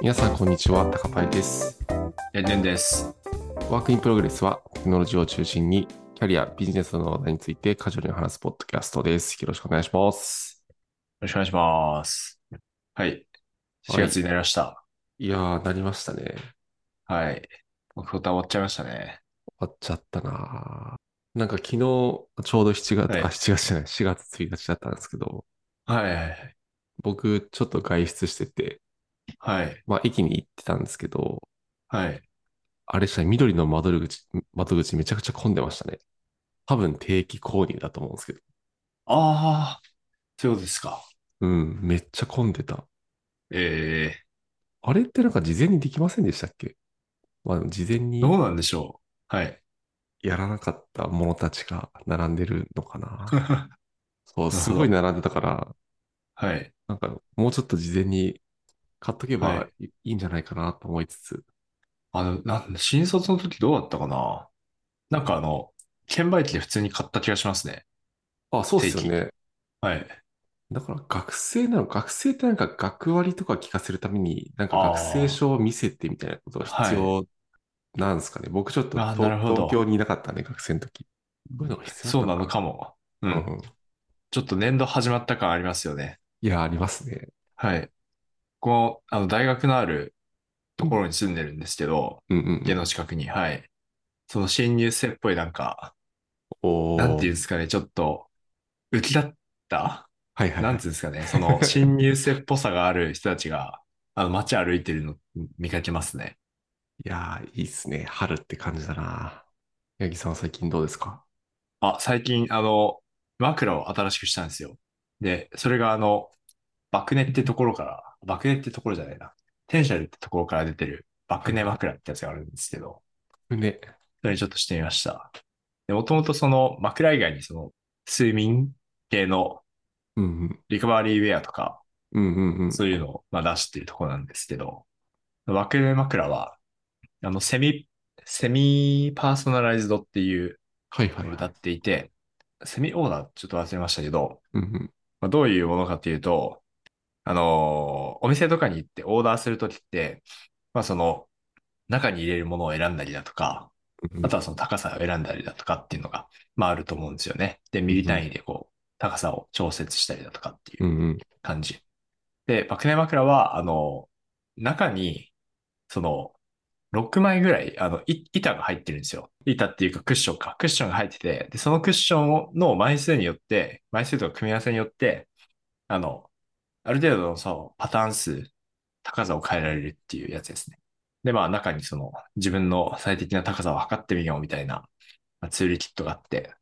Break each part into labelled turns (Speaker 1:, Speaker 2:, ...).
Speaker 1: 皆さんこんにちは、高パイです。
Speaker 2: でんでんです。
Speaker 1: ワークインプログレスはテクノロジーを中心にキャリア、ビジネスの話題についてカジュアルに話すポッドキャストです。よろしくお願いします。
Speaker 2: よろしくお願いします。はい。4月になりました。
Speaker 1: いやー、なりましたね。
Speaker 2: はい。僕、終わっちゃいましたね。
Speaker 1: 終わっちゃったなーなんか昨日、ちょうど7月、
Speaker 2: はい
Speaker 1: あ、7月じゃない、4月1日だったんですけど、
Speaker 2: はいはいはい。
Speaker 1: 僕、ちょっと外出してて、
Speaker 2: はい。
Speaker 1: まあ、駅に行ってたんですけど、
Speaker 2: はい。
Speaker 1: あれした緑の窓口、窓口めちゃくちゃ混んでましたね。多分定期購入だと思うんですけど。
Speaker 2: ああ、そういうことですか。
Speaker 1: うん、めっちゃ混んでた。
Speaker 2: え
Speaker 1: あれってなんか事前にできませんでしたっけまあ、事前
Speaker 2: え
Speaker 1: に
Speaker 2: どうなんでしょう。はい。
Speaker 1: やらなかった者たちが並んでるのかな
Speaker 2: は
Speaker 1: そう、
Speaker 2: ほど
Speaker 1: すごい並んでたから、
Speaker 2: い。
Speaker 1: なんかもうちょっと事前に買っとけば
Speaker 2: はい
Speaker 1: いいんじゃないかなと思いつつ。
Speaker 2: あの、なん新卒の時どうだったかな。なんかあの、券売機で普通に買った気がしますね。
Speaker 1: あ、そうですよね。
Speaker 2: はい。
Speaker 1: だから学生なの、学生ってなんか学割とか聞かせるために、なんか
Speaker 2: あー
Speaker 1: 学生証を見せてみたいなことが必要なんですかね。僕ちょっと
Speaker 2: あー
Speaker 1: 東
Speaker 2: なるほど
Speaker 1: 東京にいなかったね、学生の時。こういうのが必要
Speaker 2: そう
Speaker 1: だ
Speaker 2: な
Speaker 1: った
Speaker 2: の
Speaker 1: か
Speaker 2: かも。う
Speaker 1: な。
Speaker 2: ん。
Speaker 1: うん。
Speaker 2: ちょっと年度始まった感ありますよね。
Speaker 1: いや、ありますね。
Speaker 2: はい。この、あの、大学のあるところに住んでるんですけど、
Speaker 1: うんうんう
Speaker 2: 家
Speaker 1: ん。
Speaker 2: の近くに、はい。その新入生っぽいなんか、
Speaker 1: おー
Speaker 2: なんていうんですかね、ちょっと、浮き立った、
Speaker 1: はいはい。
Speaker 2: なんていうんですかね、その、新入生っぽさがある人たち が、あの、街歩いてるの見かけますね。
Speaker 1: いやー、いいっすね。春って感じだな。八木さんは最近どうですか
Speaker 2: あ、最近、あの、枕を新しくしたんですよ。で、それがあの、バクネってところから、バクネってところじゃないな、テンシャルってところから出てる、バクネ枕ってやつがあるんですけど、
Speaker 1: ね。
Speaker 2: それちょっとしてみました。で、もともとその枕以外にその睡眠系の
Speaker 1: うん
Speaker 2: リカバリーウェアとか、
Speaker 1: うん。うんうんうん。
Speaker 2: そういうのをまあ出してるところなんですけど、ワクレ枕は、あの、セミ、セミパーソナライズドっていう
Speaker 1: はいはい
Speaker 2: のを
Speaker 1: は
Speaker 2: 歌
Speaker 1: い。
Speaker 2: っていて、セミオーダーちょっと忘れましたけど、
Speaker 1: うんうん。
Speaker 2: まあ、どういうものかというと、あのーお店とかに行ってオーダーするときって、まあその、中に入れるものを選んだりだとか、
Speaker 1: うんうん
Speaker 2: あとはその高さを選んだりだとかっていうのが、まああると思うんですよね。で、ミリ単位でこう、高さを調節したりだとかっていううん
Speaker 1: うん。
Speaker 2: 感じ。で、バクネ枕は、あの、中に、その、6枚ぐらい、あの、い板が入ってるんですよ。板っていうかクッションか。クッションが入ってて、で、そのクッションの枚数によって、枚数とか組み合わせによって、あの、ある程度のそのパターン数、高さを変えられるっていうやつですね。で、まあ中にその自分の最適な高さを測ってみようみたいな、まあ、ツールキットがあって、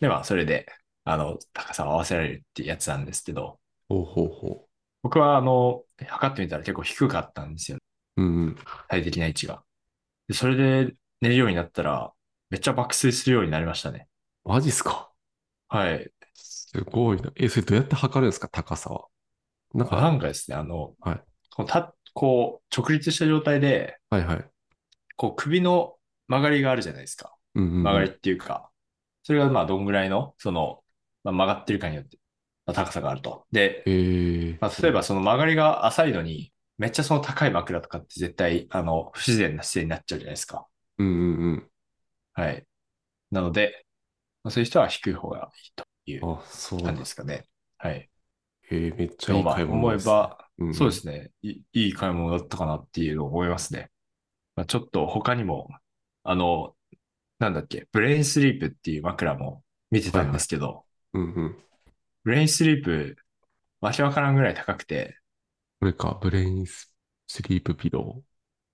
Speaker 2: で、まあそれで、あの、高さを合わせられるっていうやつなんですけど、
Speaker 1: ほうほうほ
Speaker 2: 僕は、あの、測ってみたら結構低かったんですよ。
Speaker 1: う。うんうん。
Speaker 2: 最適な位置が。でそれで寝るようになったら、めっちゃ爆睡するようになりましたね。
Speaker 1: マジっすか
Speaker 2: はい。
Speaker 1: すごいな。え、それどうやって測るんですか高さは。なんか、
Speaker 2: なんかですね、あの、
Speaker 1: はい
Speaker 2: こうたこう直立した状態で、
Speaker 1: はいはい。
Speaker 2: こう首の曲がりがあるじゃないですか。
Speaker 1: うんうんうん。
Speaker 2: 曲がりっていうか、それがまあどんぐらいの、その、まあ、曲がってるかによって、まあ高さがあると。で、
Speaker 1: え
Speaker 2: まあ、例えばその曲がりが浅いのに、めっちゃその高い枕とかって絶対、あの、不自然な姿勢になっちゃうじゃないですか。
Speaker 1: うんうん
Speaker 2: はい。なので、まあ、そういう人は低い方がいいとい
Speaker 1: うん。
Speaker 2: う
Speaker 1: あ、そうな
Speaker 2: 感
Speaker 1: ん
Speaker 2: じ
Speaker 1: で。
Speaker 2: ですすかね。はい。
Speaker 1: えー、めっち
Speaker 2: で
Speaker 1: ゃい
Speaker 2: も
Speaker 1: い
Speaker 2: まあ
Speaker 1: 買い
Speaker 2: 思
Speaker 1: 物
Speaker 2: え
Speaker 1: ですね。
Speaker 2: ば、
Speaker 1: うんうん
Speaker 2: そうで。すねい。いい買い物だったかなっていうのを思いますね。まあ、ちょっと他にも、あの、なんだっけ、ブレインスリープっていう枕も見てたんですけど、
Speaker 1: うんうん。
Speaker 2: ブレインスリープ、わけわからんぐらい高くて、
Speaker 1: これか、ブレインススリープピロ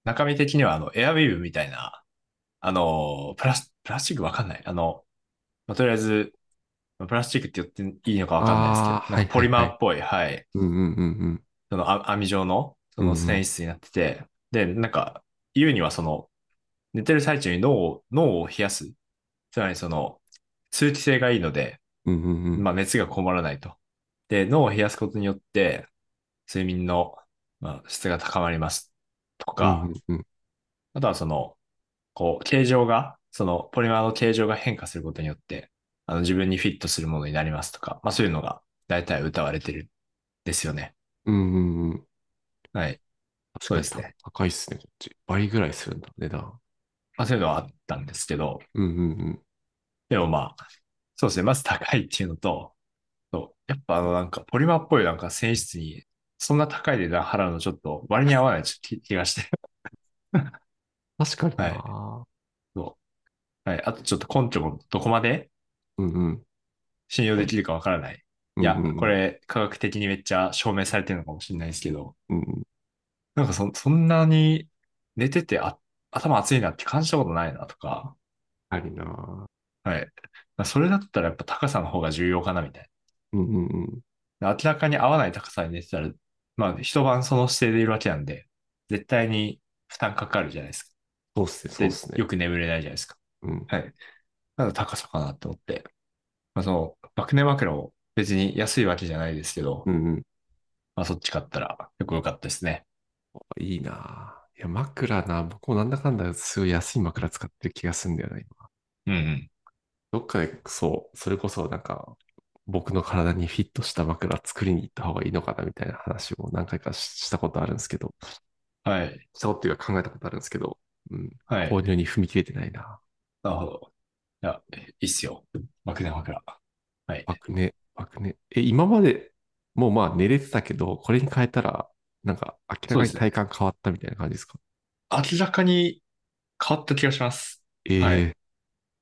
Speaker 2: 中身的にはあの、エアウィーヴみたいな、あの、プラス、プラスチックわかんない。あの、まあ、とりあえず、まあプラスチックって言っていいのかわかんないですけど、
Speaker 1: あー
Speaker 2: なんかポリマ
Speaker 1: はいはい
Speaker 2: ーっぽい、はい。
Speaker 1: ー。うんうんうん
Speaker 2: そのあ網状の、
Speaker 1: う
Speaker 2: そ
Speaker 1: んう
Speaker 2: の
Speaker 1: ん
Speaker 2: 繊維質になってて、で、なんか、言うにはその、寝てる最中に脳を、脳を冷やす。つまりその、通気性がいいので、
Speaker 1: うん。うんうんうん。
Speaker 2: まあ熱がこもらないと。で、脳を冷やすことによって、睡眠の、まあ、質が高まります。とか、
Speaker 1: うんうんうん。
Speaker 2: あとはその、こう、形状が、そのポリマーの形状が変化することによって、あの自分にフィットするものになりますとか、まあそういうのが大体歌われてるんですよね。
Speaker 1: うんうんうん。
Speaker 2: はい。
Speaker 1: 確
Speaker 2: そ
Speaker 1: か
Speaker 2: う
Speaker 1: に
Speaker 2: ですね。
Speaker 1: 高いっすね、こっち。倍ぐらいするんだ、値段。
Speaker 2: まあ、そういうのはあったんですけど、
Speaker 1: うんうんうん。
Speaker 2: でもまあ、そうですね。まず高いっていうのと、そうやっぱあのなんかポリマーっぽいなんか繊維質に、そんな高い値段払うのちょっと割に合わない気気がして。
Speaker 1: 確かにな、
Speaker 2: そうはい。あとちょっと根拠もどこまで
Speaker 1: うんうん。
Speaker 2: 信用できるかわからない。いや
Speaker 1: うんうん、
Speaker 2: こ。れ科学的にめっちゃ証明されてるのかもしれないですけど、
Speaker 1: うんうん。
Speaker 2: なんかそ、そんなに寝ててあ頭熱いなって感じたことないなとか、
Speaker 1: ありな
Speaker 2: はい。それだったらやっぱ高さの方が重要かなみたい
Speaker 1: うんうんうん。
Speaker 2: な。明らかに合わない高さに寝てたら、まあ一晩その姿勢でいるわけなんで、絶対に負担かかるじゃないですか。
Speaker 1: そうっすね、そう
Speaker 2: で
Speaker 1: っすね。
Speaker 2: よく眠れないじゃないですか。
Speaker 1: うん。
Speaker 2: なので高さかなって思って。まあその、バクネ枕も別に安いわけじゃないですけど、
Speaker 1: うんうん。
Speaker 2: まあそっち買ったら結構良かったですね。
Speaker 1: いいないや、枕な、僕もなんだかんだすごい安い枕使ってる気がするんだよな、今。
Speaker 2: うんうん。
Speaker 1: どっかで、そう、それこそなんか、僕の体にフィットした枕作りに行った方がいいのかなみたいな話を何回かししたことあるんですけど、
Speaker 2: はい。
Speaker 1: したことっていうか考えたことあるんですけど、うん、
Speaker 2: はい。
Speaker 1: 購入に踏み切れてないな。
Speaker 2: なるほど。いや、えいいっすよ。バクネ枕。はい。
Speaker 1: バクネ、バクネ。え、今まで、もうまあ寝れてたけど、これに変えたら、なんか明
Speaker 2: そ
Speaker 1: らか
Speaker 2: うで
Speaker 1: に
Speaker 2: すね
Speaker 1: 体感変わったみたいな感じですか
Speaker 2: 明らかに変わった気がします。
Speaker 1: ええ
Speaker 2: はい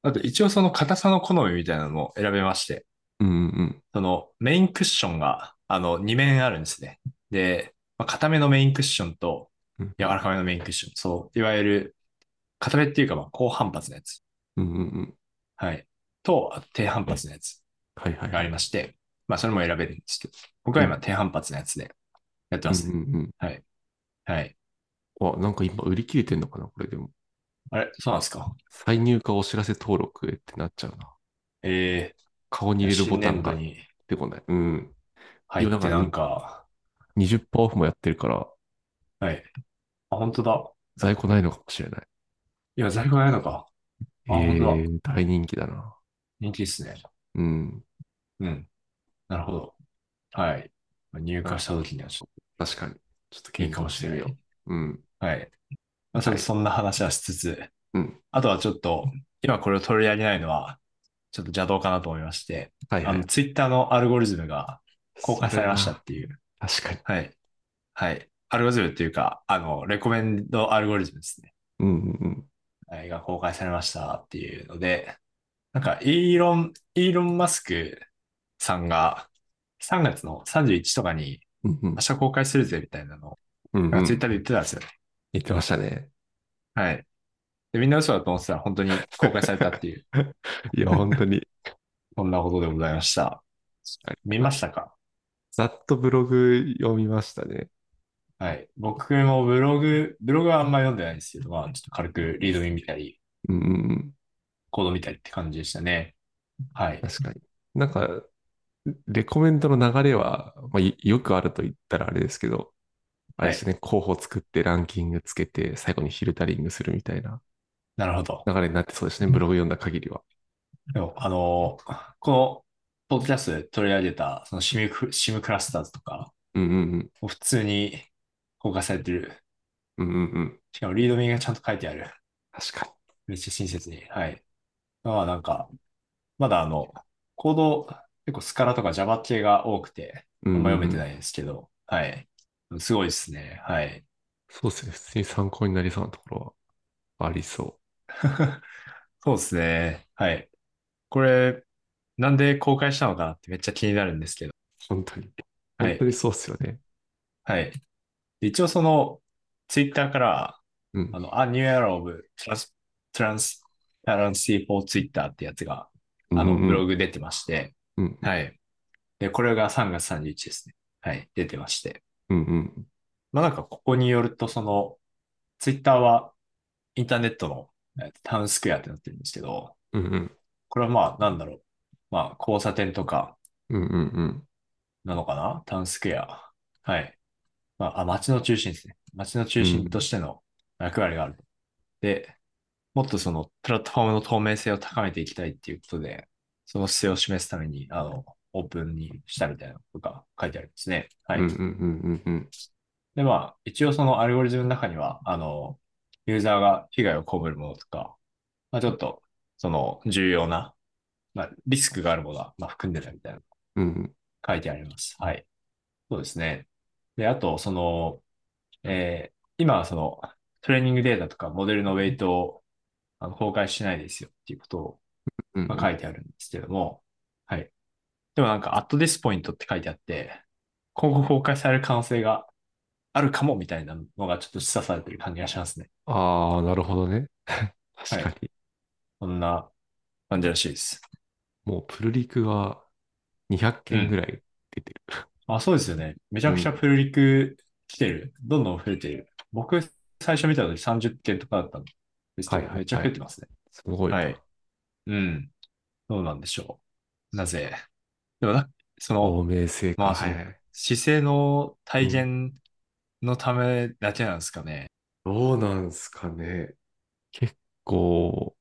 Speaker 2: あと一応その硬さの好みみたいなのも選べまして、
Speaker 1: うんうんうん。
Speaker 2: そのメインクッションが、あの、2面あるんですね。で、まあ、硬めのメインクッションと
Speaker 1: うん、
Speaker 2: 柔らかめのメインクッション。そう、いわゆる、硬めっていうか、まあ、高反発のやつ。
Speaker 1: うんうんうん。
Speaker 2: はい。と、あと低反発のやつ
Speaker 1: はいはい
Speaker 2: があ
Speaker 1: はい。
Speaker 2: りまして、まあ、それも選べるんですけど、僕は今、低反発のやつでやってます
Speaker 1: う
Speaker 2: ね。
Speaker 1: んうんうん。
Speaker 2: はい。
Speaker 1: あ、なんか今売り切れてんのかなこれでも。
Speaker 2: あれ、そうなんですか
Speaker 1: 再入荷お知らせ登録へってなっちゃうな。
Speaker 2: えー、
Speaker 1: 顔に入れるボタン
Speaker 2: 新年度
Speaker 1: が出
Speaker 2: に
Speaker 1: てこない。うん。
Speaker 2: 入って
Speaker 1: いや
Speaker 2: な
Speaker 1: なん
Speaker 2: んか、
Speaker 1: 20%オフもやってるから、
Speaker 2: はい。あ、本当だ。
Speaker 1: 在庫ないのかもしれない。
Speaker 2: いや、在庫ないのか。あ本当だ
Speaker 1: えー大人気だな。
Speaker 2: 人気ですね。
Speaker 1: うん。
Speaker 2: うん。なるほど。はい。入荷した時にはちょっ
Speaker 1: 確かに。ちょっと
Speaker 2: といい
Speaker 1: 検
Speaker 2: か
Speaker 1: 討
Speaker 2: もし
Speaker 1: して
Speaker 2: れな
Speaker 1: み
Speaker 2: い。
Speaker 1: よう。うん。
Speaker 2: はい。まあ、ちょっ
Speaker 1: はい
Speaker 2: とそんな話はしつつ、
Speaker 1: うん
Speaker 2: あとはちょっと、今これを取り上げないのは、ちょっと邪道かなと思いまして、
Speaker 1: はいは
Speaker 2: あの、
Speaker 1: い。
Speaker 2: ツイッターのアルゴリズムが公開されましたっていう。
Speaker 1: 確かに。
Speaker 2: はい。はい。アルゴリズムっていうか、あの、レコメンドアルゴリズムですね。
Speaker 1: うんうん
Speaker 2: はいが公開されましたっていうので、なんか、イーロン、イーロン・マスクさんが、3月の31とかに、
Speaker 1: うん。うんうん
Speaker 2: 明。日公開するぜみたいなのを、
Speaker 1: うん
Speaker 2: な
Speaker 1: うんん
Speaker 2: かツイッターで言ってたんですよね。
Speaker 1: 言ってましたね。
Speaker 2: はい。で、みんな嘘だと思ってたら、本当に公開されたっていう、
Speaker 1: いや、本当に。
Speaker 2: そんなことでございました。見ましたか
Speaker 1: ざっとブログ読みましたね。
Speaker 2: はい。僕もブログ、ブログはあんま読んでないんですけど、まあ、ちょっと軽くリード見見たり、
Speaker 1: うんうんうん。
Speaker 2: コード見たりって感じでしたね。はい。
Speaker 1: 確かに。なんか、レコメンドの流れは、まあ、いよくあると言ったらあれですけど、あれですね、候補作ってランキングつけて、最後にフィルタリングするみたいな
Speaker 2: なるほど。
Speaker 1: 流れになってそうですね、ブログ読んだ限りは。
Speaker 2: でも、あのーこの、ポッドキャストで取り上げた、そのシムク、シムクラスターズとか、
Speaker 1: うんうん
Speaker 2: もう普通に公開されてる。
Speaker 1: うん。うんうんうん。
Speaker 2: しかも、リードミーがちゃんと書いてある。
Speaker 1: 確か
Speaker 2: めっちゃ親切に。はい。まあ、なんか、まだあの、コード、結構スカラとか Java 系が多くて、
Speaker 1: に。
Speaker 2: あ
Speaker 1: うんん
Speaker 2: ま読めて
Speaker 1: い。
Speaker 2: ないですけど、はい。すごいですね。はい。
Speaker 1: そうですね、普通に参考になりそうなところはありそ
Speaker 2: そうですね。はい。これ、なんで公開したのかなってめっちゃ気になるんですけど、
Speaker 1: う。本当に。
Speaker 2: はい
Speaker 1: 本当にそうっすよね。
Speaker 2: はい。で一応その、ツイッターから、
Speaker 1: うん
Speaker 2: あ。の、A New Era of Trans- Transparency for Twitter ってやつが、あの、ブロ
Speaker 1: グ。
Speaker 2: グ出てまして、
Speaker 1: うん
Speaker 2: はい。で、これが3月31日ですね。はい、出てまして。
Speaker 1: うんうん。
Speaker 2: まあなんか、ここによると、その、ツイッターは、インターネットのえータウンスクエアってなってるんですけど、
Speaker 1: うんうん。
Speaker 2: これはまあ、なんだろう。まあ、交差点とか
Speaker 1: うんうんうん。
Speaker 2: なのかなタウンスクエア。はい。まあ、あ、街の中心ですね。街の中心としての役割がある。で、もっとその、プラットフォームの透明性を高めていきたいっていうことで、その姿勢を示すために、あの、オープンにしたみたいなことが書いてあるんですね。はい。
Speaker 1: うんうんうんうんうん。
Speaker 2: で、まあ、一応そのアルゴリズムの中には、あの、ユーザーが被害を被るものとか、まあ、ちょっと、その、重要な、まあ、リスクがあるものは、まあ、含んでたみたいなのが
Speaker 1: うん。
Speaker 2: 書いてあります。はい。そうですね。で、あと、その、えー今はその、トレーニングデータとかモデルのウェイトをあの公開しないですよっていうことを、
Speaker 1: うん
Speaker 2: まあ、書いてあるんですけども、はい。でもなんか、at this point って書いてあって、今後公開される可能性があるかもみたいなのがちょっと示唆されてる感じがしますね。
Speaker 1: ああ、なるほどね。確かに。
Speaker 2: そんな感じらしいです。
Speaker 1: もうプルリクが200件ぐらい出てる。
Speaker 2: あ、そうですよね。めちゃくちゃプルリク来てる。どんどん増えてる。僕、最初見た時30件とかだったんですけど、
Speaker 1: はいはい
Speaker 2: めっちゃ増えてますね。
Speaker 1: すごいな。
Speaker 2: はいうん。どうなんでしょう。なぜ。でもな、その、
Speaker 1: 透明性か
Speaker 2: まあ
Speaker 1: もしれない。
Speaker 2: 姿勢の体現のためだけなんですかね。
Speaker 1: どうなんすかね。結構、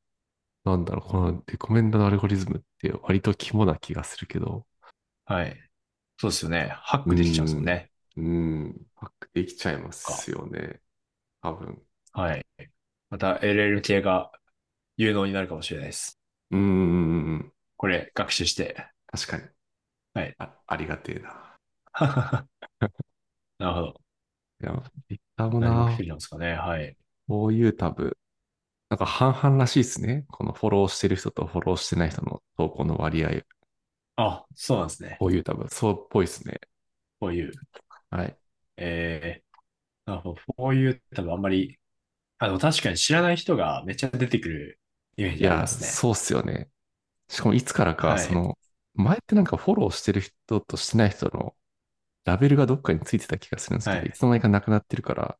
Speaker 1: なんだろう、このレコメンドのアルゴリズムって割と肝な気がするけど、
Speaker 2: はい。そうですよね。ハックできちゃうんですよね。
Speaker 1: うん、ハックできちゃいますよね。多分。
Speaker 2: はい。また LL 系が有能になるかもしれないです。
Speaker 1: うんうんうんうん、
Speaker 2: これ、学習して。
Speaker 1: 確かに。
Speaker 2: はい
Speaker 1: あ、ありがてえな。
Speaker 2: なるほど。
Speaker 1: いや、ツイッターも
Speaker 2: 何が
Speaker 1: な
Speaker 2: 来て、るんですかね。はい。
Speaker 1: こういうタブ、なんか半々らしいですね。このフォローしてる人とフォローしてない人の投稿の割合、
Speaker 2: あ、そうなんですね。
Speaker 1: こういうタブ、そうっぽいですね。
Speaker 2: こういう。
Speaker 1: はい。
Speaker 2: えー、なるほど。こういう、多分あんまり、あの、確かに知らない人がめっちゃ出てくるイメー
Speaker 1: い
Speaker 2: ジあり
Speaker 1: や、
Speaker 2: ますね。
Speaker 1: そうっすよね。しかもいつからか、
Speaker 2: はい
Speaker 1: その、前ってなんかフォローしてる人としてない人のラベルがどっかについてた気がするんですけど、
Speaker 2: はい
Speaker 1: い、つの間にかなくなってるから、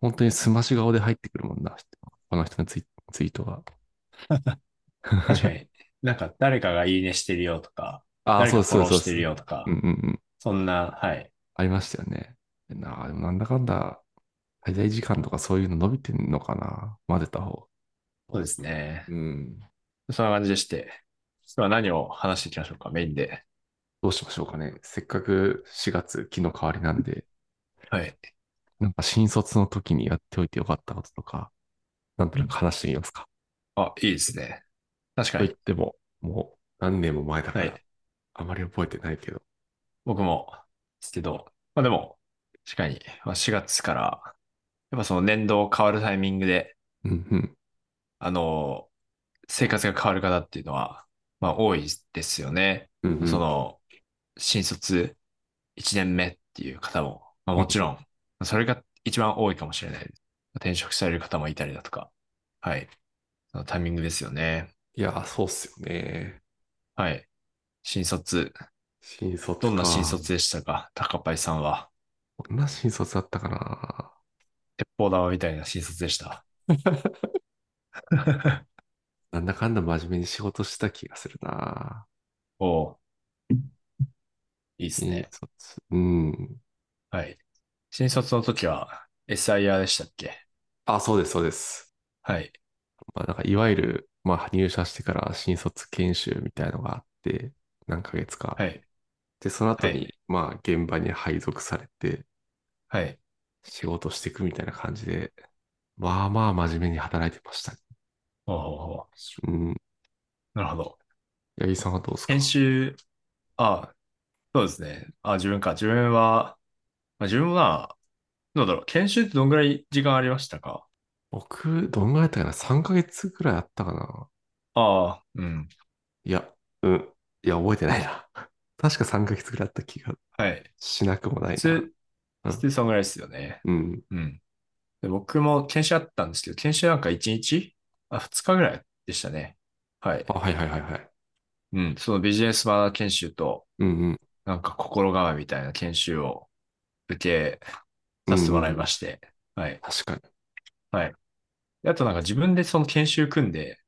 Speaker 1: 本当にすまし顔で入ってくるもんな、この人のツイツイートが。
Speaker 2: 確かに。 なんか誰かがいいねしてるよとか、
Speaker 1: ああ、
Speaker 2: 誰
Speaker 1: そ
Speaker 2: か
Speaker 1: う
Speaker 2: フォ
Speaker 1: そ
Speaker 2: ロ
Speaker 1: う
Speaker 2: ー
Speaker 1: そう
Speaker 2: して
Speaker 1: そう。
Speaker 2: るよとか
Speaker 1: うん、うんうん。
Speaker 2: そんな、はい。
Speaker 1: ありましたよね。なあ、でもなんだかんだ、滞在時間とかそういうの伸びてんのかな、混ぜた方。
Speaker 2: そうですね。
Speaker 1: うん。
Speaker 2: そんな感じでして、今日は何を話していきましょうか、メインで。
Speaker 1: どうしましょうかね。せっかく4月、気の変わりなんで。
Speaker 2: はい。
Speaker 1: なんか新卒の時にやっておいてよかったこととか、なんとなく話してみますか。
Speaker 2: あ、いいですね。確か
Speaker 1: と言
Speaker 2: に
Speaker 1: っ。ても、もう何年も前だか
Speaker 2: は
Speaker 1: ら
Speaker 2: い、
Speaker 1: あまり覚えてないけど。
Speaker 2: 僕も、ですけど、まあでも、確かに、まあ、4月から、やっぱその年度変わるタイミングで、
Speaker 1: うんうん。
Speaker 2: あの、生活が変わる方っていうのは、まあ多いですよね。
Speaker 1: うんうん
Speaker 2: その、新卒1年目っていう方も、まあもちろん、それが一番多いかもしれない。転職される方もいたりだとか、はい。そのタイミングですよね。
Speaker 1: いやー、そうっすよね。
Speaker 2: はい。新卒、
Speaker 1: 新卒
Speaker 2: どんな
Speaker 1: か
Speaker 2: 新卒でしたか高パイさんは。
Speaker 1: どんな新卒だったかな
Speaker 2: 鉄砲玉みたいな新卒で した。
Speaker 1: なんだかんだ真面目に仕事した気がするな。
Speaker 2: おういいです
Speaker 1: 新
Speaker 2: ね。
Speaker 1: 卒。うん。
Speaker 2: はい。新卒の時は SIR でしたっけ
Speaker 1: あ、そうです、そうです。
Speaker 2: はい。
Speaker 1: まあ、なんかいわゆる、まあ、入社してから新卒研修みたいのがあって、何ヶ月か。
Speaker 2: はい。
Speaker 1: で、その後に、
Speaker 2: は
Speaker 1: まあ、現場に配属されて、
Speaker 2: はい。
Speaker 1: 仕事していくみたいな感じで、まあまあ真面目に働いてましたね。
Speaker 2: おうおうおう
Speaker 1: うん。
Speaker 2: なるほど。
Speaker 1: 八木さんはどうですか
Speaker 2: 研修、あ、そうですね。あ、自分か。自分は、まあ、自分は、どうだろう。研修ってどんぐらい時間ありましたか
Speaker 1: 僕、どんぐらいだったかな ?3 ヶ月くらいあったかな
Speaker 2: ああ、うん。
Speaker 1: いや、うん。いや、覚えてないな。 確か3ヶ月くらいあった気が
Speaker 2: はい。
Speaker 1: しなくもない
Speaker 2: 普
Speaker 1: な。
Speaker 2: 通、
Speaker 1: うん
Speaker 2: 普通そんぐらいですよね。
Speaker 1: うん。
Speaker 2: うん。で、僕も研修あったんですけど、研修なんか1日あ、2日ぐらいでしたね。はい。
Speaker 1: あ、はいはいはいはい。
Speaker 2: うん。そのビジネスマナー研修と、
Speaker 1: うんうん。
Speaker 2: なんか心構えみたいな研修を受けさせてもらいまして。はい。
Speaker 1: 確かに。
Speaker 2: であとなんか自分でその研修組んで、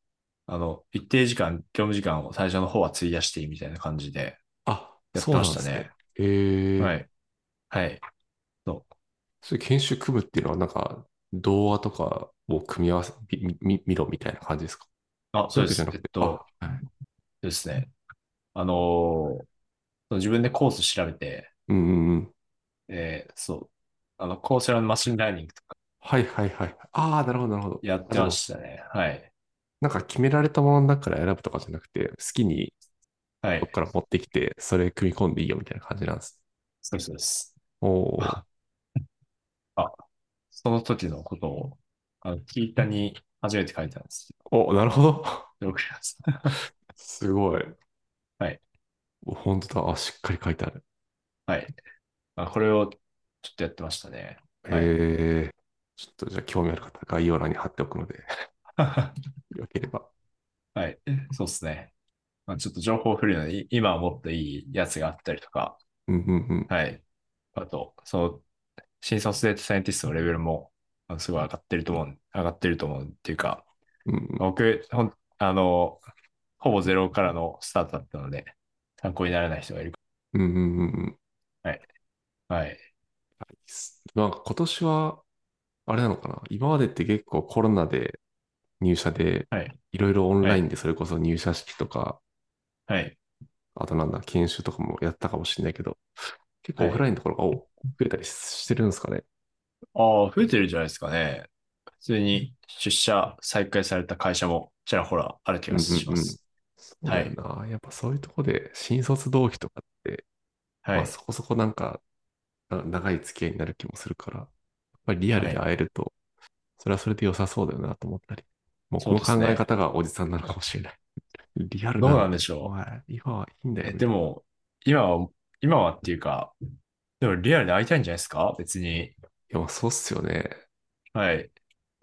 Speaker 2: あの、一定時間、業務時間を最初の方は費やしてみたいな感じで
Speaker 1: あ、
Speaker 2: やっ
Speaker 1: そ
Speaker 2: て
Speaker 1: うな
Speaker 2: ま
Speaker 1: ん
Speaker 2: し
Speaker 1: で
Speaker 2: た
Speaker 1: すね
Speaker 2: ね。。
Speaker 1: へえ。
Speaker 2: はい。はい。
Speaker 1: それ研修組むっていうのは、なんか、童話とかを組み合わせ、み、み、見ろみたいな感じですか
Speaker 2: あ、そう
Speaker 1: いわ
Speaker 2: で
Speaker 1: けじ
Speaker 2: す。
Speaker 1: ゃな
Speaker 2: えっ
Speaker 1: くて。
Speaker 2: と、
Speaker 1: あはい
Speaker 2: そうですね。あのーその自分でコース調べて、
Speaker 1: うんうんうん。
Speaker 2: えーそう。あの、コースラのマシンラーニングとか
Speaker 1: はいはいはい。ああ、なるほど、なるほど。
Speaker 2: やってましたね。はい。
Speaker 1: なんか決められたものの中から選ぶとかじゃなくて、好きに
Speaker 2: は
Speaker 1: どっ
Speaker 2: い。
Speaker 1: から持ってきて、それ組み込んでいいよみたいな感じなんです。
Speaker 2: そうですそうです。
Speaker 1: お ー。
Speaker 2: あ、あその時のことを、あの、聞いたに初めて書いたんです
Speaker 1: お、なるほど。
Speaker 2: けど、送ります。
Speaker 1: すごい。
Speaker 2: はい。
Speaker 1: お本当だ。あ、しっかり書いてある。
Speaker 2: はい。あ、これをちょっとやってましたね。はい。
Speaker 1: えー。ちょっとじゃあ興味ある方、概要欄に貼っておくので、よければ。
Speaker 2: はい。そうですね。まあ、ちょっと情報古いのに、今はもっといいやつがあったりとか、
Speaker 1: うんうんうん。
Speaker 2: はい。あと、その、新卒データサイエンティストのレベルも、あのすごい上がってると思う、上がってると思うっていうか、
Speaker 1: うんうん、
Speaker 2: 僕、ほん、あの、ほぼゼロからのスタートだったので、参考にならない人がいる。
Speaker 1: うんうんうんうん。
Speaker 2: はい。
Speaker 1: なんか今年は、あれなのかな今までって結構コロナで入社で、
Speaker 2: はい。
Speaker 1: いろいろオンラインでそれこそ入社式とか、
Speaker 2: はい。
Speaker 1: あとなんだ、研修とかもやったかもしれないけど、結構
Speaker 2: は
Speaker 1: オ
Speaker 2: い
Speaker 1: フラインのところがお増えたりしてるんですかね。
Speaker 2: ああ、増えてるんじゃないですかね。普通に出社再開された会社もちらほらある気
Speaker 1: うん
Speaker 2: が
Speaker 1: うん
Speaker 2: しま
Speaker 1: うん。
Speaker 2: す。
Speaker 1: そうだよな。やっぱそういうとこで、新卒同期とかって、
Speaker 2: は
Speaker 1: まあ
Speaker 2: い。
Speaker 1: そこそこなんか、な長い付き合いになる気もするから、やっぱりリアルで会えると、それはそれで良さそうだよなと思ったり。もうこ
Speaker 2: そう
Speaker 1: の
Speaker 2: です
Speaker 1: 考
Speaker 2: ね
Speaker 1: え方がおじさんなのかもしれない。 リアル
Speaker 2: どう
Speaker 1: な
Speaker 2: なんでし
Speaker 1: お
Speaker 2: ょ
Speaker 1: 前、今はいいんだ
Speaker 2: う。
Speaker 1: よ、
Speaker 2: え、
Speaker 1: ね。
Speaker 2: でも、今は、今はっていうか、でもリアルで会いたいんじゃないですか別に。
Speaker 1: いや、まあそうっすよね。
Speaker 2: はい。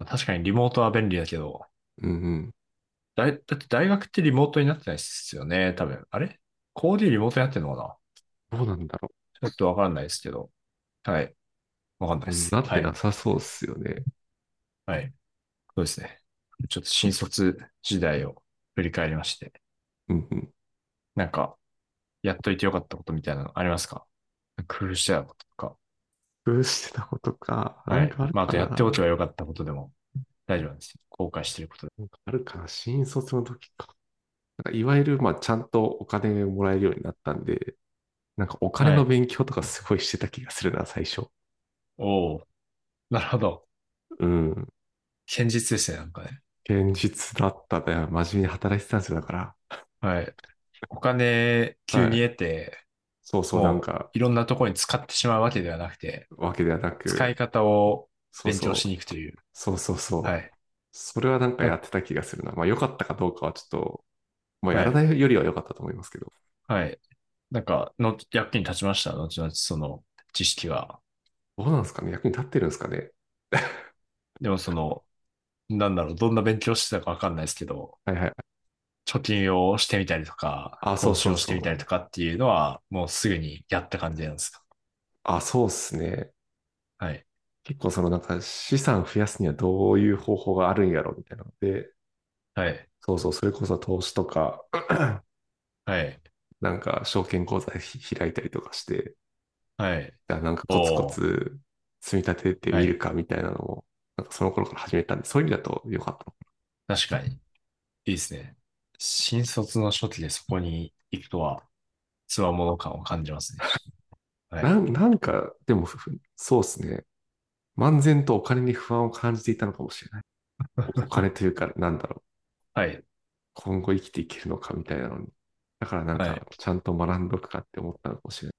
Speaker 2: 確かにリモートは便利だけど、
Speaker 1: うんうん。
Speaker 2: だい、だって大学ってリモートになってないですよね、多分。あれコーディリモートになってんのか
Speaker 1: どうなんだろ。
Speaker 2: なちょっとわからないですけど。はい。わかんないうです。
Speaker 1: なっ
Speaker 2: は
Speaker 1: て
Speaker 2: い。
Speaker 1: なさそうっすよね。
Speaker 2: はい。そうですね。ちょっと新卒時代を振り返りまして、
Speaker 1: うんうん。
Speaker 2: なんか、やっといてよかったことみたいなのありますか工夫してたこととか。
Speaker 1: 工夫してたことか。
Speaker 2: は
Speaker 1: なん
Speaker 2: い。
Speaker 1: かあるかな。
Speaker 2: まあ、あとやっておけばよかったことでも大丈夫なんですよ。後悔してることで。
Speaker 1: なんかあるかな。新卒の時か。なんかいわゆる、まあ、ちゃんとお金をもらえるようになったんで、なんかお金の
Speaker 2: はい
Speaker 1: 勉強とかすごいしてた気がするな、最初。
Speaker 2: おお、なるほど。
Speaker 1: うん。
Speaker 2: 堅実ですね、なんかね。
Speaker 1: 現実だったね。真面目に働いてたんですよ、だから。
Speaker 2: はい。お金急に得て、
Speaker 1: そうそう、
Speaker 2: もう
Speaker 1: なんか、
Speaker 2: いろんなところに使ってしまうわけではなくて、
Speaker 1: わけではなく、
Speaker 2: 使い方を
Speaker 1: そう
Speaker 2: 勉
Speaker 1: そう
Speaker 2: 強しに行くという。
Speaker 1: そうそうそう。
Speaker 2: はい。
Speaker 1: それはなんかやってた気がするな。まあ、良かったかどうかはちょっと、まあ、
Speaker 2: は
Speaker 1: や
Speaker 2: い
Speaker 1: らないよりは良かったと思いますけど。
Speaker 2: はい。なんか、の、役に立ちました。後々その知識が。
Speaker 1: どうなんですかね役に立ってるんですかね
Speaker 2: でもその、なんだろう、どんな勉強してたかわかんないですけど、
Speaker 1: はいはい。
Speaker 2: 貯金をしてみたりとか、
Speaker 1: あそう
Speaker 2: 投資
Speaker 1: そうそう
Speaker 2: をしてみたりとかっていうのは、もうすぐにやった感じなんですか。
Speaker 1: あ、そうっすね。
Speaker 2: はい。
Speaker 1: 結構そのなんか資産増やすにはどういう方法があるんやろみたいなので、
Speaker 2: はい。
Speaker 1: そうそう、それこそ投資とか、
Speaker 2: はい。
Speaker 1: なんか証券口座ひ開いたりとかして、
Speaker 2: はい。
Speaker 1: だからなんかコツコツ積み立ててみるかみたいなのを、なんかその頃から始めたんで、そういう意味だと良かったの
Speaker 2: 確かに。いいですね。新卒の初期でそこに行くとは、つわもの感を感じますね。はい。
Speaker 1: なんなんか、でも、ふふそうですね。漫然とお金に不安を感じていたのかもしれ ない。お金というか、なんだろう。
Speaker 2: はい。
Speaker 1: 今後生きていけるのかみたいなのに。だからなん
Speaker 2: は
Speaker 1: か
Speaker 2: い、
Speaker 1: ちゃんと学んどくかって思ったのかもしれ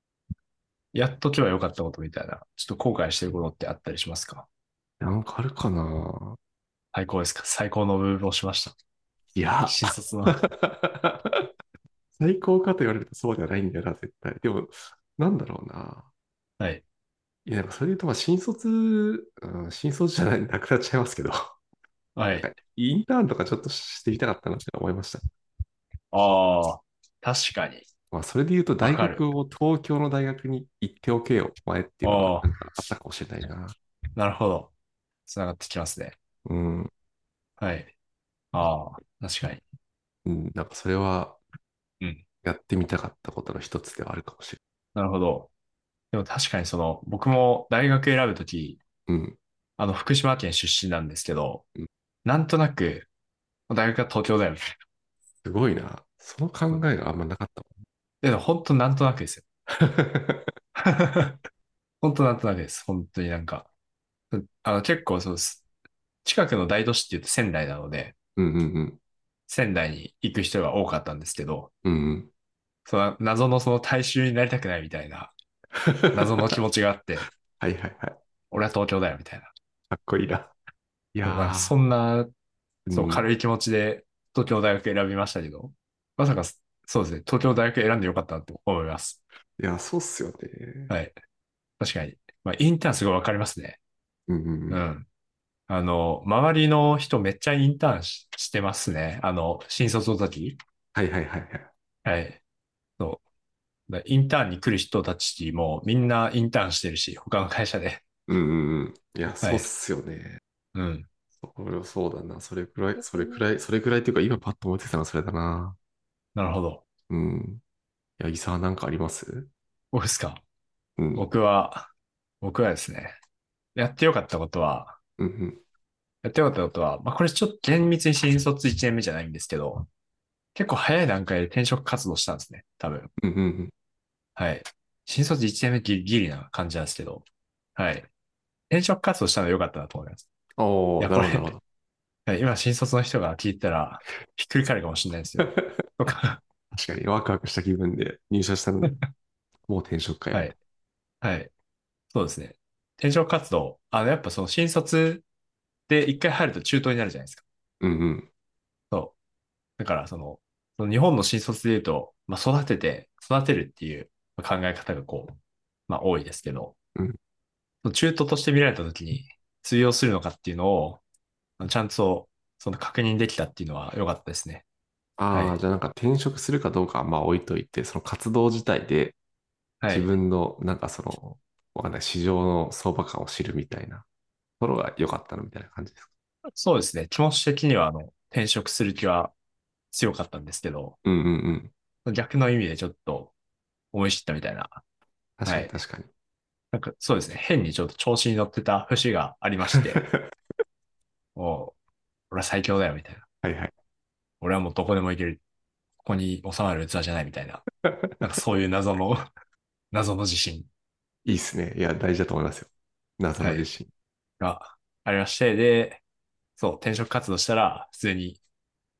Speaker 2: やっとけばよかったことみたいな、ちょっと後悔してることってあったりしますか
Speaker 1: ない。なんかあるかな
Speaker 2: 最高ですか最高のムーブをしました。
Speaker 1: いや、
Speaker 2: 新卒 の。は
Speaker 1: 最高かと言われるとそうじゃないんだよな、絶対。でも、なんだろうな。
Speaker 2: い。
Speaker 1: いや、なんかそれで言うと、まあ、新卒、うん、新卒じゃない、なくなっちゃいますけど、
Speaker 2: はい。
Speaker 1: インターンとかちょっとしてみたかったなって思いました。
Speaker 2: ああ、確かに。
Speaker 1: まあ、それで言うと、大
Speaker 2: わかる
Speaker 1: 学を東京の大学に行っておけよ、お前っていうのは
Speaker 2: あー
Speaker 1: なんかあったかもしれないな。
Speaker 2: なるほど。つながってきますね。
Speaker 1: うん。
Speaker 2: はい。ああ、確かに。
Speaker 1: うん、なんかそれは
Speaker 2: うん、
Speaker 1: やってみたかったことの一つではあるかもしれ
Speaker 2: なるほど。でも確かにその、僕も大学選ぶとき、
Speaker 1: ない。うん。
Speaker 2: あの、福島県出身なんですけど
Speaker 1: うん、
Speaker 2: なんとなく、大学は東京だよね。
Speaker 1: すごいな。その考えがあんまなかった
Speaker 2: でも本当なんとなくですよ。 本当なんとなくです。本当になんか。うんあの、結構そうです。近くの大都市って言うと仙台なので、
Speaker 1: うんうんうん。
Speaker 2: 仙台に行く人が多かったんですけど、
Speaker 1: うんうん。
Speaker 2: その謎のその大衆になりたくないみたいな 謎の気持ちがあって、
Speaker 1: はいはいはい。
Speaker 2: 俺は東京だよみたいな。
Speaker 1: かっこいいな。い
Speaker 2: そうなんか
Speaker 1: や
Speaker 2: そんな、
Speaker 1: ー、う
Speaker 2: そう、
Speaker 1: ん。
Speaker 2: 軽い気持ちで東京大学選びましたけど、まさか、そうですね、東京大学選んでよかったなと思います。
Speaker 1: いや、そうっすよね。
Speaker 2: はい。確かに。まあ、インターンすごいわかりますね。
Speaker 1: うんうんう。
Speaker 2: うんん。あの、周りの人めっちゃインターンし、してますね。あの、新卒の時。
Speaker 1: はいはいはいはい。
Speaker 2: はい。そう。だインターンに来る人たちもみんなインターンしてるし、他の会社で。
Speaker 1: うんうんうん。いや、
Speaker 2: は
Speaker 1: そうっ
Speaker 2: い。
Speaker 1: すよね。
Speaker 2: うん。
Speaker 1: そうそうだな。それくらい、それくらい、それくらいっていうか、今パッと思ってたのはそれだな。
Speaker 2: なるほど。
Speaker 1: うん。八木さんは何かあります
Speaker 2: 僕ですか。
Speaker 1: うん。
Speaker 2: 僕は、僕はですね、やってよかったことは、
Speaker 1: うんうん。
Speaker 2: やってよかったことは、まあ、これちょっと厳密に新卒1年目じゃないんですけど、結構早い段階で転職活動したんですね。多分。
Speaker 1: うんうんうん。
Speaker 2: はい。新卒1年目ギリギリな感じなんですけど、はい。転職活動したのは良かったなと思います。い
Speaker 1: おー、
Speaker 2: や、
Speaker 1: な
Speaker 2: こ
Speaker 1: るほどなる
Speaker 2: れ、
Speaker 1: ほ
Speaker 2: はい今新卒の人が聞いたら、ひっくり返るかもしれないです
Speaker 1: ど。
Speaker 2: よ。とか、
Speaker 1: 確かに、ワクワクした気分で入社したの に、もう転職かよ
Speaker 2: は
Speaker 1: みた
Speaker 2: い。はい。そうですね。転職活動、あの、やっぱその新卒で一回入ると中東になるじゃないですか。
Speaker 1: いな。うんうん。
Speaker 2: そう。だからその、その日本の新卒で言うと、まあ、育てて、育てるっていう考え方がこう、まあ、多いですけど、
Speaker 1: うん
Speaker 2: その中途として見られた時に通用するのかっていうのを、あのちゃんとその確認できたっていうのは良かったですね。は
Speaker 1: ああ、
Speaker 2: い。
Speaker 1: じゃあなんか転職するかどうかはまあ置いといて、その活動自体で
Speaker 2: は
Speaker 1: 自
Speaker 2: い。
Speaker 1: 分のなんかその、わかんない、市場の相場感を知るみたいなところが良かったのみたいな感じですか。
Speaker 2: そうですね。気持ち的には、あの、転職する気は強かったんですけど、
Speaker 1: うんうんうん。
Speaker 2: 逆の意味でちょっと思い知ったみたいな。
Speaker 1: 確
Speaker 2: は
Speaker 1: かに
Speaker 2: い。
Speaker 1: 確かに。
Speaker 2: なんかそうですね。変にちょっと調子に乗ってた節がありまして、もう、俺は最強だよみたいな。
Speaker 1: はいはい。
Speaker 2: 俺はもうどこでも行ける。ここに収まる器じゃないみたいな。なんかそういう謎の 謎の自信。
Speaker 1: いいっすね。いや、大事だと思いますよ。謎の
Speaker 2: は
Speaker 1: 自
Speaker 2: い。
Speaker 1: 信。
Speaker 2: がありまして、で、そう、転職活動したら、普通に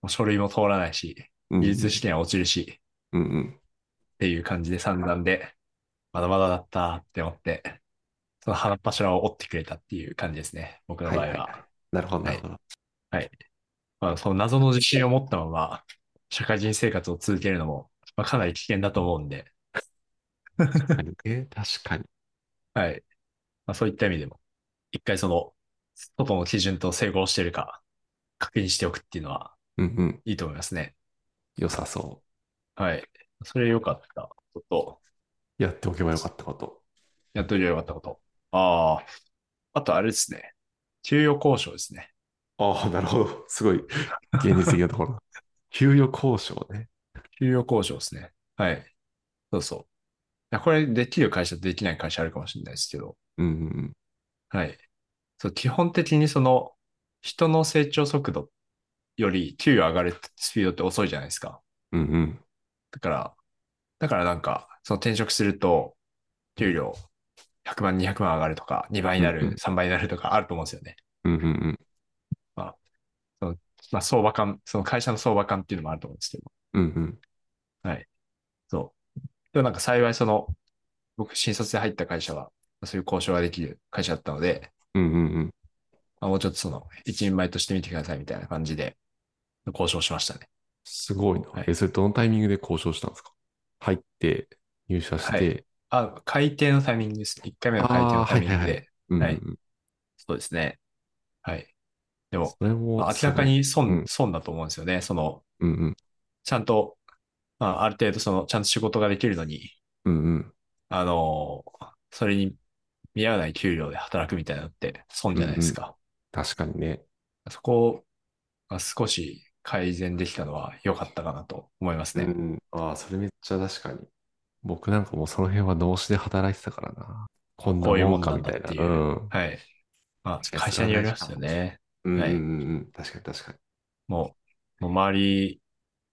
Speaker 2: もう書類も通らないし、
Speaker 1: うんう
Speaker 2: 技術試
Speaker 1: ん。
Speaker 2: 験は落ちるし、
Speaker 1: うんうん。
Speaker 2: っていう感じで散々で、まだまだだったって思って、その鼻っ柱を折ってくれたっていう感じですね。僕の
Speaker 1: はい
Speaker 2: 場合
Speaker 1: はいはい。
Speaker 2: は。
Speaker 1: なるほどな
Speaker 2: は
Speaker 1: る
Speaker 2: い。
Speaker 1: ほど。
Speaker 2: はい。まあ、その謎の自信を持ったまま、社会人生活を続けるのも、まあ、かなり危険だと思うんで、
Speaker 1: 確かにね。確かに。
Speaker 2: はい。まあ、そういった意味でも、一回その、外の基準と整合してるか、確認しておくっていうのは
Speaker 1: うんうん。
Speaker 2: いいと思いますね。
Speaker 1: 良さそう。
Speaker 2: はい。それ良かったことと、
Speaker 1: やっておけばよかったこと。
Speaker 2: やっといて良かったこと。ああ、あとあれですね。給与交渉ですね。
Speaker 1: ああ、なるほど。すごい、現実的なところ。 給与交渉ね。
Speaker 2: 給与交渉ですね。はい。そうそう。いや、これできる会社とできない会社あるかもしれないですけど、
Speaker 1: うんうんうん。
Speaker 2: はい。そう、基本的にその、人の成長速度より給与上がるスピードって遅いじゃないですか。
Speaker 1: うんうん。
Speaker 2: だから、だからなんか、その転職すると、給料100万、200万上がるとか、2倍
Speaker 1: う
Speaker 2: になん
Speaker 1: う
Speaker 2: る、
Speaker 1: ん。
Speaker 2: 3倍になるとかあると思うんですよね。
Speaker 1: うんうんうん。
Speaker 2: まあ、その、まあ、相場感、その会社の相場感っていうのもあると思うんですけど。
Speaker 1: うんうん。
Speaker 2: はい。そう。でもなんか幸いその、僕新卒で入った会社は、そういう交渉ができる会社だったので、
Speaker 1: うんうんうん。
Speaker 2: まあ、もうちょっとその、一人前としてみてくださいみたいな感じで交渉しましたね。
Speaker 1: すごいな。
Speaker 2: は
Speaker 1: え、
Speaker 2: い。
Speaker 1: それどのタイミングで交渉したんですか入って、入社し
Speaker 2: はい。
Speaker 1: て。
Speaker 2: あ、改定のタイミングですね。1回目の改定
Speaker 1: あ
Speaker 2: の
Speaker 1: あ、
Speaker 2: タ
Speaker 1: は
Speaker 2: イ
Speaker 1: い
Speaker 2: ミ
Speaker 1: は
Speaker 2: ン
Speaker 1: いは
Speaker 2: グ
Speaker 1: い。
Speaker 2: で、
Speaker 1: うんう
Speaker 2: はい。
Speaker 1: んうん。
Speaker 2: そうですね。はい。で
Speaker 1: そ
Speaker 2: も、
Speaker 1: れも
Speaker 2: まあ、明
Speaker 1: す
Speaker 2: らか
Speaker 1: ごい。
Speaker 2: に
Speaker 1: う
Speaker 2: 損、
Speaker 1: ん
Speaker 2: 損だと思うんですよね。その、
Speaker 1: うんうん。
Speaker 2: ちゃんと、まあ、ある程度その、ちゃんと仕事ができるのに、
Speaker 1: うんうん。
Speaker 2: あのーそれに見合わない給料で働くみたいなのって損
Speaker 1: う
Speaker 2: じ
Speaker 1: ん
Speaker 2: ゃないで
Speaker 1: う
Speaker 2: す
Speaker 1: ん。
Speaker 2: か。
Speaker 1: 確かにね。
Speaker 2: そこを、まあ、少し改善できたのは良かったかなと思います
Speaker 1: う
Speaker 2: ね。
Speaker 1: ん。ああ、それめっちゃ確かに。僕なんかもうその辺は脳死で働いてたからな。こんな
Speaker 2: こういう
Speaker 1: も
Speaker 2: も
Speaker 1: ん
Speaker 2: ん
Speaker 1: か
Speaker 2: なん
Speaker 1: み
Speaker 2: だ
Speaker 1: た
Speaker 2: っ
Speaker 1: いな。
Speaker 2: て
Speaker 1: う
Speaker 2: いう。
Speaker 1: ん。
Speaker 2: はい。まあ、
Speaker 1: 確かに
Speaker 2: 会
Speaker 1: そ
Speaker 2: 社
Speaker 1: れは
Speaker 2: によ
Speaker 1: 大事
Speaker 2: りま
Speaker 1: か
Speaker 2: すよ
Speaker 1: も。
Speaker 2: ね。
Speaker 1: うんう
Speaker 2: は
Speaker 1: ん
Speaker 2: い。
Speaker 1: うんうん。確かに確かに。
Speaker 2: もう、もう周り、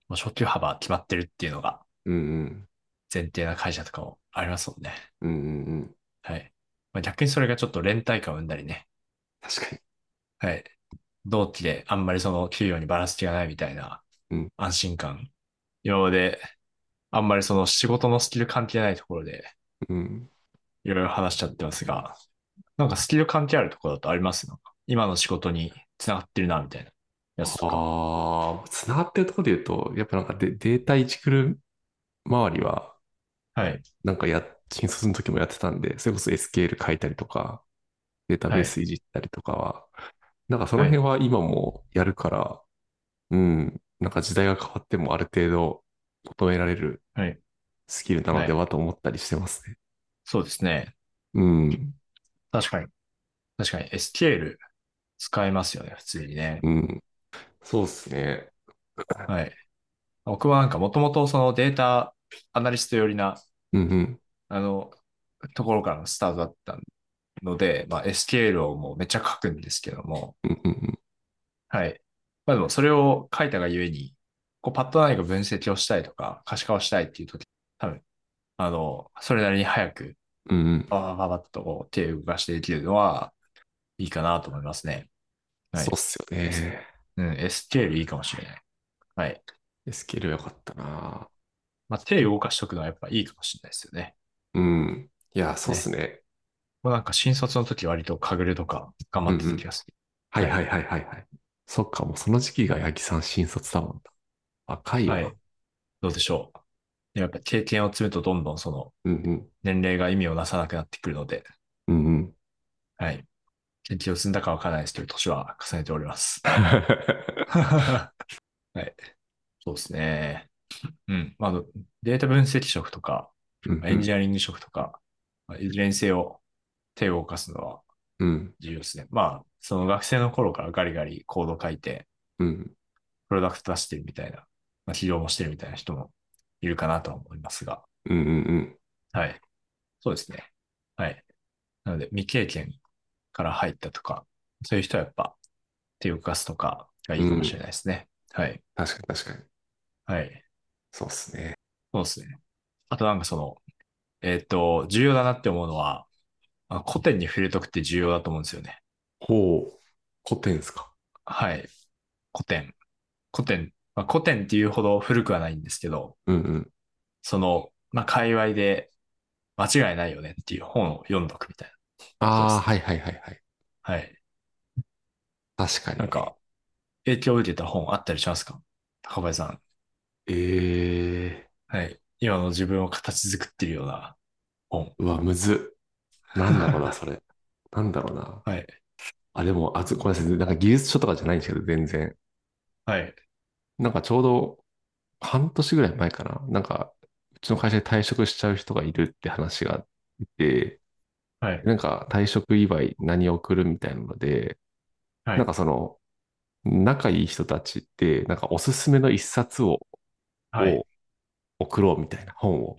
Speaker 2: もう昇給幅決まってるっていうのが
Speaker 1: うんうん。
Speaker 2: 前提な会社とかもありますもんね。
Speaker 1: うんうんうん。
Speaker 2: はい。まあ、逆にそれがちょっと連帯感を生んだりね。
Speaker 1: 確かに。
Speaker 2: はい。同期であんまりその給与にばらつきがないみたいな
Speaker 1: うん
Speaker 2: 安心感。今まであんまりその仕事のスキル関係ないところで
Speaker 1: うん。
Speaker 2: いろいろ話しちゃってますが、なんかスキル関係あるところだとありますなんか今の仕事につながってるなみたいなやつとか。
Speaker 1: ああ、つながってるところで言うと、やっぱなんかデデータ1クル周りは、
Speaker 2: はい。
Speaker 1: なんかや、新卒の時もやってたんで、それこそ SQL 書いたりとか、データベースいじったりとかは、なんかその辺は今もやるから、うん、なんか時代が変わってもある程度求められる
Speaker 2: はい
Speaker 1: スキルなのではと思ったりしてますね。
Speaker 2: そうですね。
Speaker 1: うん、
Speaker 2: 確かに。確かに SQL 使えますよね、普通にね。
Speaker 1: うん。そうですね。
Speaker 2: はい。僕はなんかもともとそのデータアナリスト寄りな
Speaker 1: うんうん。
Speaker 2: あの、ところからのスタートだったので、まあ、SQL をもうめっちゃ書くんですけども、
Speaker 1: うんうんうん。
Speaker 2: はい。まあでもそれを書いたがゆえに、こうパッと何か分析をしたいとか、可視化をしたいっていうとき、多分、あの、それなりに早く、
Speaker 1: うんうん。
Speaker 2: ババババッとこう手を動かしてできるのは、いいかなと思いますね。はい
Speaker 1: そうっすよね。
Speaker 2: うん、SQL いいかもしれない。はい。
Speaker 1: SQL よかったな。
Speaker 2: まあ、手を動かしとくのはやっぱいいかもしれないですよね。
Speaker 1: うん。いや、そうっすね。
Speaker 2: もうなんか新卒の時割とかぐれとか頑張ってた気がする。
Speaker 1: はいはいはいはいはい。そっか、もうその時期が八木さん新卒だもんな。若いよな。
Speaker 2: はい。どうでしょう。でやっぱ経験を積むとどんどんその
Speaker 1: うんうん。
Speaker 2: 年齢が意味をなさなくなってくるので、
Speaker 1: うんうん。
Speaker 2: はい。経験を積んだかわからないですけど、年は重ねております。はい。そうですね。うん。まああの、データ分析職とか、
Speaker 1: うん
Speaker 2: エンジニアリング職とか、まあいずれにせよ手を動かすのは
Speaker 1: うん。
Speaker 2: 重要ですね。まあ、その学生の頃からガリガリコード書いて、
Speaker 1: うん。
Speaker 2: プロダクト出してるみたいな、まあ、起業もしてるみたいな人もいるかなとは思いますが、
Speaker 1: うんうんうん。
Speaker 2: はい。そうですね。はい。なので、未経験から入ったとか、そういう人はやっぱ手を動かすとかがいいかもしれないですね。はい。
Speaker 1: 確かに確かに。
Speaker 2: はい。
Speaker 1: そうっすね。
Speaker 2: そうですね。あとなんかその、えっ、と、重要だなって思うのは、あの古典に触れとくって重要だと思うんですよね。
Speaker 1: ほう。古典ですか。
Speaker 2: はい。古典。古典。まあ、古典っていうほど古くはないんですけど、
Speaker 1: うんうん。
Speaker 2: その、まあ、界隈で間違いないよねっていう本を読んどくみたい
Speaker 1: ああ、
Speaker 2: そ
Speaker 1: はいはいはいはい。
Speaker 2: な。はい。
Speaker 1: 確かに。
Speaker 2: なんか、影響を受けた本あったりしますか高林さん。
Speaker 1: ええ
Speaker 2: はい。今の自分を形作ってるような本。
Speaker 1: ー。うわ、むず っ。なんだろうな、それ。なんだろうな。
Speaker 2: はい。
Speaker 1: あ、でも、あ、ずごめんなさい。なんか技術書とかじゃないんですけど、全然。
Speaker 2: はい。
Speaker 1: なんかちょうど半年ぐらい前かな。なんか、うちの会社で退職しちゃう人がいるって話があって、
Speaker 2: はい。
Speaker 1: なんか退職祝い何送るみたいなので、
Speaker 2: はい
Speaker 1: なんかその、仲いい人たちって、なんかおすすめの一冊を、
Speaker 2: はい。
Speaker 1: を送ろうみたいな、本を、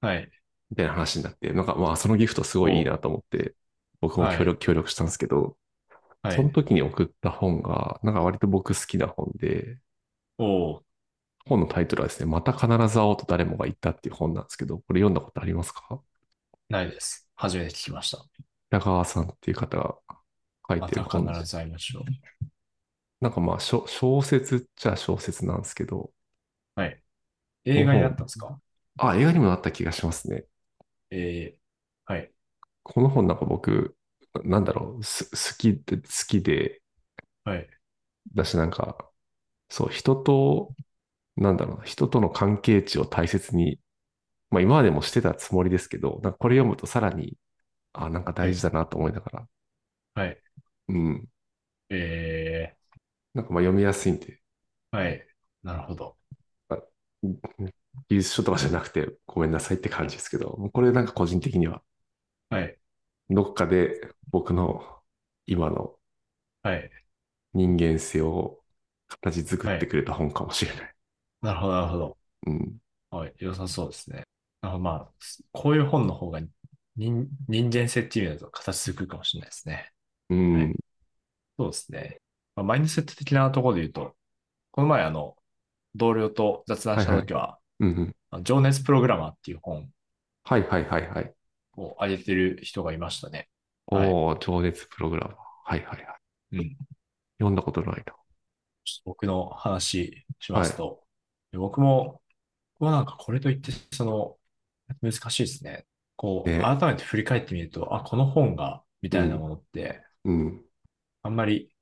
Speaker 2: はい。
Speaker 1: みたいな話になって、なんかまあそのギフトすごいいいなと思って、僕も協力、協力したんですけど、
Speaker 2: は
Speaker 1: その
Speaker 2: い。
Speaker 1: 時に送った本が、なんか割と僕好きな本で、
Speaker 2: おー
Speaker 1: 本のタイトルはですね、また必ず会おうと誰もが言ったっていう本なんですけど、これ読んだことありますか
Speaker 2: ないです。初めて聞きました。
Speaker 1: 北川さんっていう方が書い
Speaker 2: ま
Speaker 1: てる
Speaker 2: た
Speaker 1: 本
Speaker 2: 必
Speaker 1: で
Speaker 2: ず会いましょう。
Speaker 1: なんかまあ小、小説っちゃ小説なんですけど、
Speaker 2: はい。映画になったんですか
Speaker 1: あ、映画にもなった気がしますね。
Speaker 2: えー、はい。
Speaker 1: この本なんか僕、なんだろう、す好きで、好きで、
Speaker 2: はい。
Speaker 1: だしなんか、そう、人と、なんだろうな、人との関係値を大切に、まあ今までもしてたつもりですけど、なんかこれ読むとさらに、あ、なんか大事だなと思いながら、
Speaker 2: はい。
Speaker 1: うん、
Speaker 2: え
Speaker 1: なんかまあ読みやすいんで、
Speaker 2: ー、はい。なるほど。
Speaker 1: うん技術書とかじゃなくてごめんなさいって感じですけど、もうこれなんか個人的には、
Speaker 2: はい。
Speaker 1: どっかで僕の今の
Speaker 2: はい。
Speaker 1: 人間性を形作ってくれた本かもしれない。
Speaker 2: なるほど、なるほど。
Speaker 1: うん。
Speaker 2: はい、良さそうですね。あのまあ、すこういう本の方が人、人間性っていう意味だと形作るかもしれないですね。
Speaker 1: うん。
Speaker 2: はいそうですね。まあ、マインドセット的なところで言うと、この前、あの、同僚と雑談した時は、
Speaker 1: うんうん。
Speaker 2: あの情熱プログラマーっていう本
Speaker 1: はいはいはいはい。
Speaker 2: を上げてる人がいましたね。はい
Speaker 1: おー、情熱プログラム。はいはいはい。
Speaker 2: うん
Speaker 1: 読んだことないな。
Speaker 2: ちょっと僕の話しますと、で僕も、僕もなんかこれといって、その、難しいですね。こう、
Speaker 1: ね
Speaker 2: 改めて振り返ってみると、あ、この本が、みたいなものって、
Speaker 1: うん。
Speaker 2: あんまり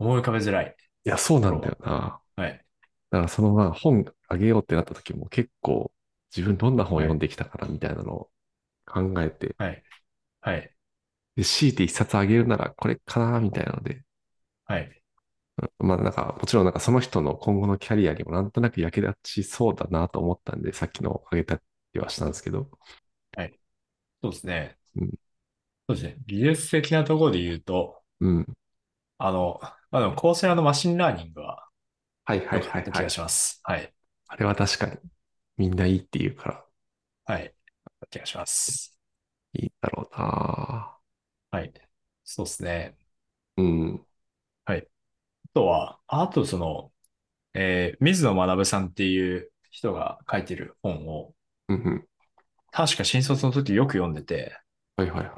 Speaker 2: 思い浮かべづらい。
Speaker 1: いや、そうなんだよな。
Speaker 2: はい。
Speaker 1: だからそのまあ本あげようってなった時も結構自分どんな本を読んできたかなみたいなのを考えて、
Speaker 2: はい。はい。
Speaker 1: で強いて一冊あげるならこれかなみたいなので、
Speaker 2: はい。
Speaker 1: まあなんか、もちろんなんかその人の今後のキャリアにもなんとなく役立ちそうだなと思ったんで、さっきのあげたりはしたんですけど。
Speaker 2: そうですね。
Speaker 1: うん
Speaker 2: そうですね。技術的なところで言うと、
Speaker 1: うん。
Speaker 2: あの、まあ、でも、コーセラのマシンラーニングは
Speaker 1: はいは
Speaker 2: 良
Speaker 1: い
Speaker 2: か
Speaker 1: は
Speaker 2: っ
Speaker 1: い
Speaker 2: た
Speaker 1: は
Speaker 2: 気
Speaker 1: い
Speaker 2: が。します。はい。
Speaker 1: あれは確かにみんないいって言うから
Speaker 2: はい。良かった気がします。
Speaker 1: いいんだろうな
Speaker 2: はい。そうですね。
Speaker 1: うん。
Speaker 2: あとは、ああとその、えー水野学さんっていう人が書いてる本を、
Speaker 1: うんうん。
Speaker 2: 確か新卒の時よく読んでて、
Speaker 1: はいはいはい。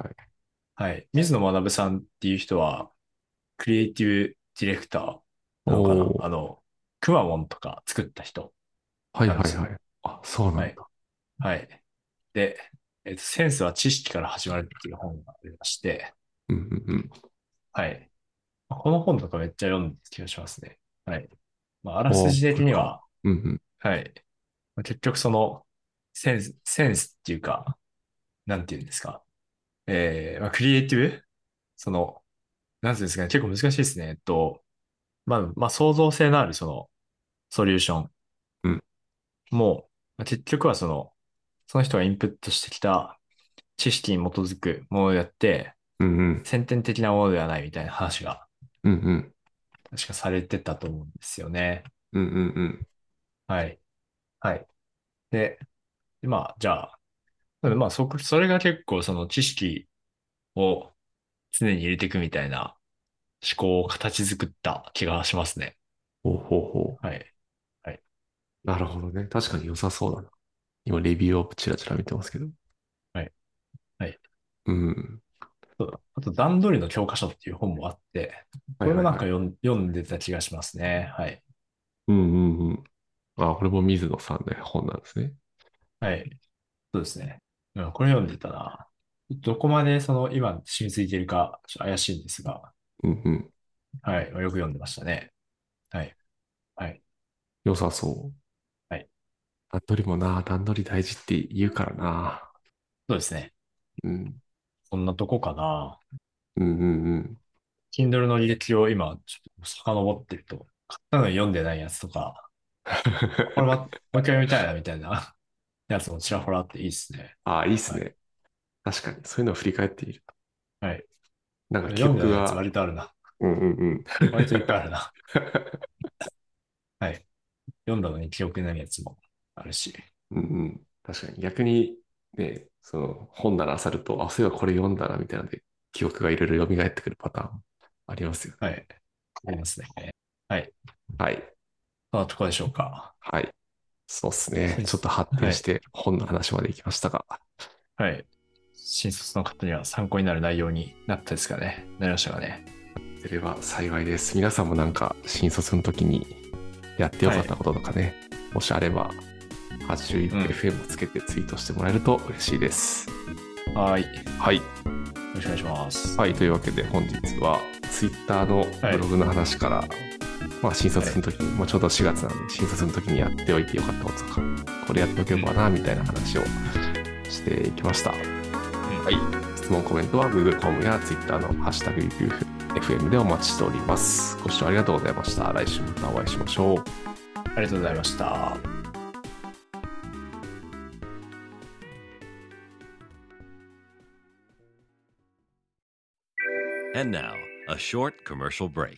Speaker 2: はい。水野学さんっていう人は、クリエイティブディレクターなのかな
Speaker 1: おー
Speaker 2: あの、くまモンとか作った人。
Speaker 1: はいはい
Speaker 2: なん
Speaker 1: は
Speaker 2: で
Speaker 1: い。あ、そうなんだ。
Speaker 2: はい。で、えっと、センスは知識から始まるっていう本がありまして、
Speaker 1: うんうんうん。
Speaker 2: はい。まあこの本とかめっちゃ読んだ気がしますね。はい。まあ、あらすじ的には、
Speaker 1: うんうん。
Speaker 2: はい。まあ結局その、センス、センスっていうか、なんていうんですか。えー、まあ、クリエイティブその、なんていうんですかね、結構難しいですね。えっと、まあ、まあ、創造性のあるその、ソリューション。
Speaker 1: うん
Speaker 2: もう、まあ結局はその、その人がインプットしてきた知識に基づくものであって、
Speaker 1: うんうん。
Speaker 2: 先天的なものではないみたいな話が、
Speaker 1: うんうん。
Speaker 2: 確かされてたと思うんですよね。
Speaker 1: うんうんうん。
Speaker 2: はい。はい。で、でまあ、じゃあ、なのでまあ、そこ、それが結構、その知識を常に入れていくみたいな思考を形作った気がしますね。
Speaker 1: ほうほうほ
Speaker 2: はい。
Speaker 1: う。なるほどね。確かに良さそうだな。今レビューをちらちら見てますけど。
Speaker 2: はい。はい。
Speaker 1: うん。
Speaker 2: そうだあと、段取りの教科書っていう本もあって、これもなんか読ん、読んでた気がしますね。はい。
Speaker 1: うんうんうん。あ、これも水野さんの本なんですね。
Speaker 2: はい。そうですね。うん、これ読んでたな。どこまでその今染みついてるかちょっと怪しいんですが、
Speaker 1: うんうん。
Speaker 2: はい。よく読んでましたね。はい。はい。
Speaker 1: 良さそう。
Speaker 2: はい。
Speaker 1: 段取りもな、段取り大事って言うからな。
Speaker 2: そうですね。
Speaker 1: うん。
Speaker 2: こんなとこかな。
Speaker 1: うんうんうん。
Speaker 2: Kindle の履歴を今、ちょっと遡ってると、買ったのに読んでないやつとか、これま、もう一回読みたいなみたいな やつもちらほらあっていいですね。
Speaker 1: あ、いいっすね。確かに、そういうのを振り返ってみると。
Speaker 2: はい。
Speaker 1: なんか記
Speaker 2: 読んで
Speaker 1: 憶
Speaker 2: ないやつ
Speaker 1: が、
Speaker 2: 割とあるな。
Speaker 1: うんうんうん。
Speaker 2: 割といっぱいあるな。はい。読んだのに記憶にないやつもあるし。
Speaker 1: うんうん。確かに、逆に、ね、その本棚漁ると、あ、そういえばこれ読んだな、みたいなので、記憶がいろいろ蘇ってくるパターンありますよね。
Speaker 2: はい。ありますね。
Speaker 1: はい。
Speaker 2: そんなとこでしょうか。
Speaker 1: はい。そうっす
Speaker 2: そう
Speaker 1: ね。
Speaker 2: です
Speaker 1: ちょっと発展して本の話まで行きましたが、
Speaker 2: はい。新卒の方には参考になる内容になったですかね。なりましたかね。
Speaker 1: 出れば幸いです。皆さんもなんか新卒の時にやってよかったこととかね、もしあれば、ハッシュ
Speaker 2: うん
Speaker 1: FM をつけてツイートしてもらえると嬉しいです。
Speaker 2: はい。よ
Speaker 1: はい。
Speaker 2: ろしくお願いします。
Speaker 1: はい。というわけで本日は Twitter のブログの話から、まあ新卒の時に、もうちょうど4月なんで、新卒の時にやっておいてよかったこととか、これやっておけばな、みたいな話をしていきました。
Speaker 2: うん
Speaker 1: はい。質問、コメントは Google フォームや Twitter のハッシュタグ UQFM でお待ちしております。ご視聴ありがとうございました。来週またお会いしましょう。
Speaker 2: ありがとうございました。
Speaker 3: And now, a short commercial break.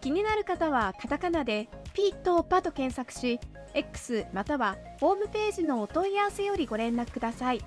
Speaker 4: 気になる方はカタカナで「ピーとパ」と検索し X またはホームページのお問い合わせよりご連絡ください